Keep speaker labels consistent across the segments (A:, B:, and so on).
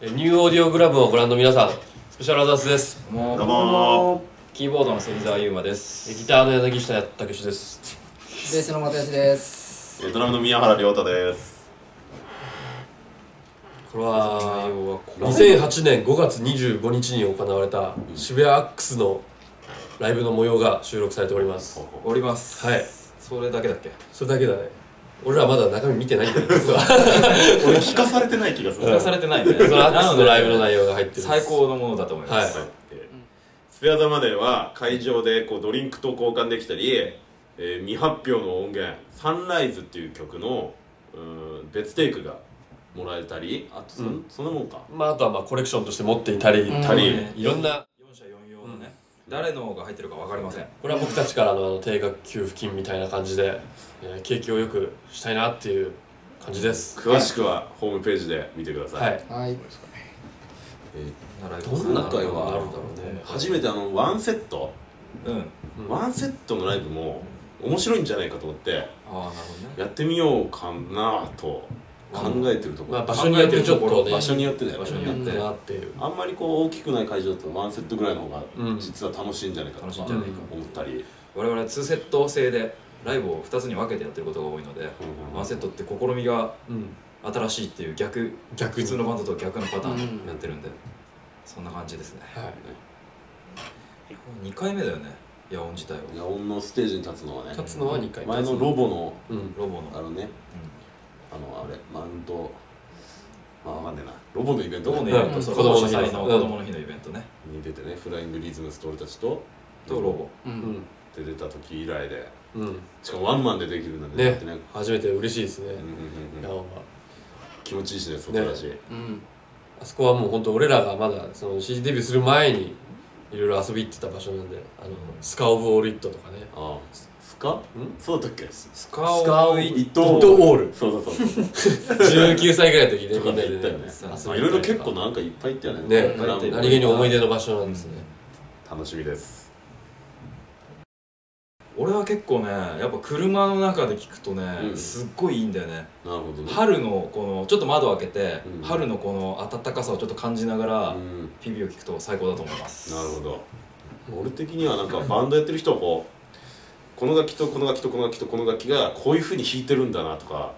A: えニューオーディオグラムをご覧の皆さんスペシャルアザースです
B: もう
C: どうも
B: キーボードの芹沢優馬で
A: えギ
B: す
A: ターの柳下武史です
D: ベースの又吉です。
C: ーえードラムの宮原亮太です
A: これは
B: 内容はこれ
A: 2008年5月25日に行われた渋谷アックスのライブの模様が収録されております
B: おります
A: はい
B: それだけだっけ
A: それだけだね俺らまだ中身見てないんだけど その
C: 俺聞かされてない気がす
B: 聞か
C: る
B: されてないね
A: アックスのライブの内容が入ってる
B: 最高のものだと思います
A: は
C: えースペアザマネーは会場でこうドリンクと交換できたり、えー未発表の音源「サンライズ」っていう曲のうーん別テイクがもらえたりあとそ,、
A: うん
C: そのもんか
A: まああとはまあコレクションとして持っていたり、
D: うん
C: たり、
B: ね
A: いろんな
B: 四社四用のね誰のが入ってるかわかりません
A: これは僕たちからのあの定額給付金みたいな感じで、えー景気を良くしたいなっていう感じです
C: 詳しくはホームページで見てくださ、
A: はいい
D: はい。
B: 習い
A: ど
B: 事
A: んな
C: 今回は
A: あるんだろうね
C: 初めてあのワンセット、
B: う
A: う
B: ん
A: ん
C: ワンセットのライブも面白いんじゃないかと思って
B: ああなるほどね
C: やってみようかなと考えてるとこ
A: ま
C: ろ、
A: あ、場所によってちょっとね
C: 場所によってだよね
B: 場所によっ
A: って
B: て
A: なっていう
C: あんまりこう大きくない会場だとワンセットぐらいの方が
A: うん
C: 実は楽しいんじゃないかと
B: 楽し
C: か
B: いんじゃないか
C: 思ったり、
B: 我々2セット制でライブを2つに分けてやってることが多いので
C: うん
B: ワンセットって試みが
A: うん
B: 新しいっていう逆
A: 逆
B: 普
A: に
B: 通のバンドと逆のパターン
D: う
B: に
D: ん
B: なってるんでそんな感じですね
A: はい
B: 2回目だよね野音自体は
C: 野音のステージに立つのはね
A: 立つのは2回
C: 前のロボの
A: うん
B: ロボの
C: あのねあのあれマウントまあわかんねえなロボのイベン
B: ど
C: ト
B: う
C: ね
B: ね、
A: うん
B: イベントそれ
A: 子供の
B: 主
A: 日
B: 催の
A: うん
B: 子供の日のイベントね、
C: に出てねフライングリズムスと俺たちと
B: とロボ
D: う。
A: うんん
C: で出た時以来で
A: うん
C: しかもワンマンでできるなんて
A: ね
C: ってね
A: 初めて嬉しいですね
C: うんうんうん
A: ヤ
C: うん
A: オンは
C: 気持ちいいしね外だし、
D: うん。
A: あそこはもう本当俺らがまだその CD デビューする前にいろいろ遊び行ってた場所なんであのスカ・オブ・オール・イットとかね
C: ああスカそうだったっけス
B: スカ
A: スカ
B: オ
A: オ
B: イ
A: イ
C: イ
A: ッ
C: ッ
A: ト
C: ト
A: オール
C: オールそうそう そうそう
A: 19歳ぐらいの時ねみ
C: とか
A: んな
C: ね
A: で
C: 行ったよねまあい
A: 遊び行
C: ろいろ
A: ったり
C: 結
A: と
C: 構
A: か
C: なんかいっぱい行ったよね
A: ね
C: なんか
A: 何気に思い出の場所なんですね
C: 楽しみです
B: 俺は結構ねやっぱ車の中で聞くとね、
C: うん
B: すっごいいいんだよね
C: なるほどね
B: 春のこのちょっと窓開けて、
C: うん
B: 春のこの暖かさをちょっと感じながら、
C: うんなる
B: PB を聞くと最高だと思います
C: ほど俺的にはなんかバンドやってる人はこうこの楽器とこの楽器とこの楽器とこの楽器がこういうふうに弾いてるんだなとか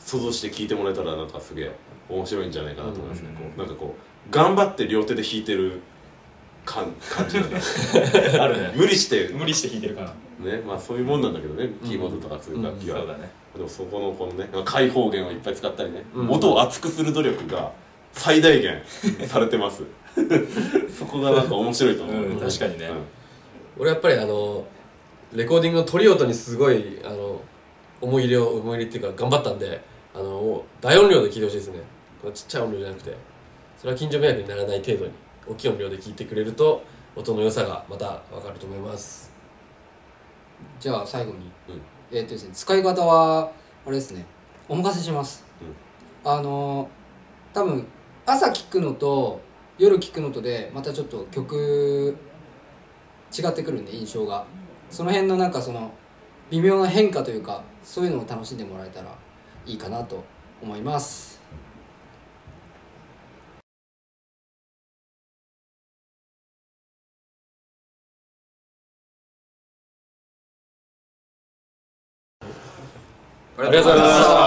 C: 想像して聴いてもらえたらなんかすげえ面白いんじゃないかなと思いますね、
B: うん
C: こうなんかこう頑張って両手で弾いてる感感じがね
B: あるね
C: 無理して
B: 無理して弾いてるから
C: ねまあそういうもんなんだけどねキーボードとかそういう楽器は、
B: そうだね
C: でもそこのこのね開放弦をいっぱい使ったりね、
A: うん
C: 音を厚くする努力が最大限されて ますそこがなんか面白いと思う、
B: うん確かにね、
A: 俺やっぱりあのレコーディングのトリオトにすごいあの思い入れを思い入れっていうか頑張ったんであの大音量で聴いてほしいですねこのちっちゃい音量じゃなくてそれは近所迷惑にならない程度に大きい音量で聴いてくれると音の良さがまた分かると思います
D: じゃあ最後に。
C: うん
D: えっとですね、使い方はあれですね。お任せします。あの多分朝聞くのと夜聞くのとでまたちょっと曲違ってくるんで印象が。その辺のなんかその微妙な変化というかそういうのを楽しんでもらえたらいいかなと思います。
B: あ
A: りがとうございました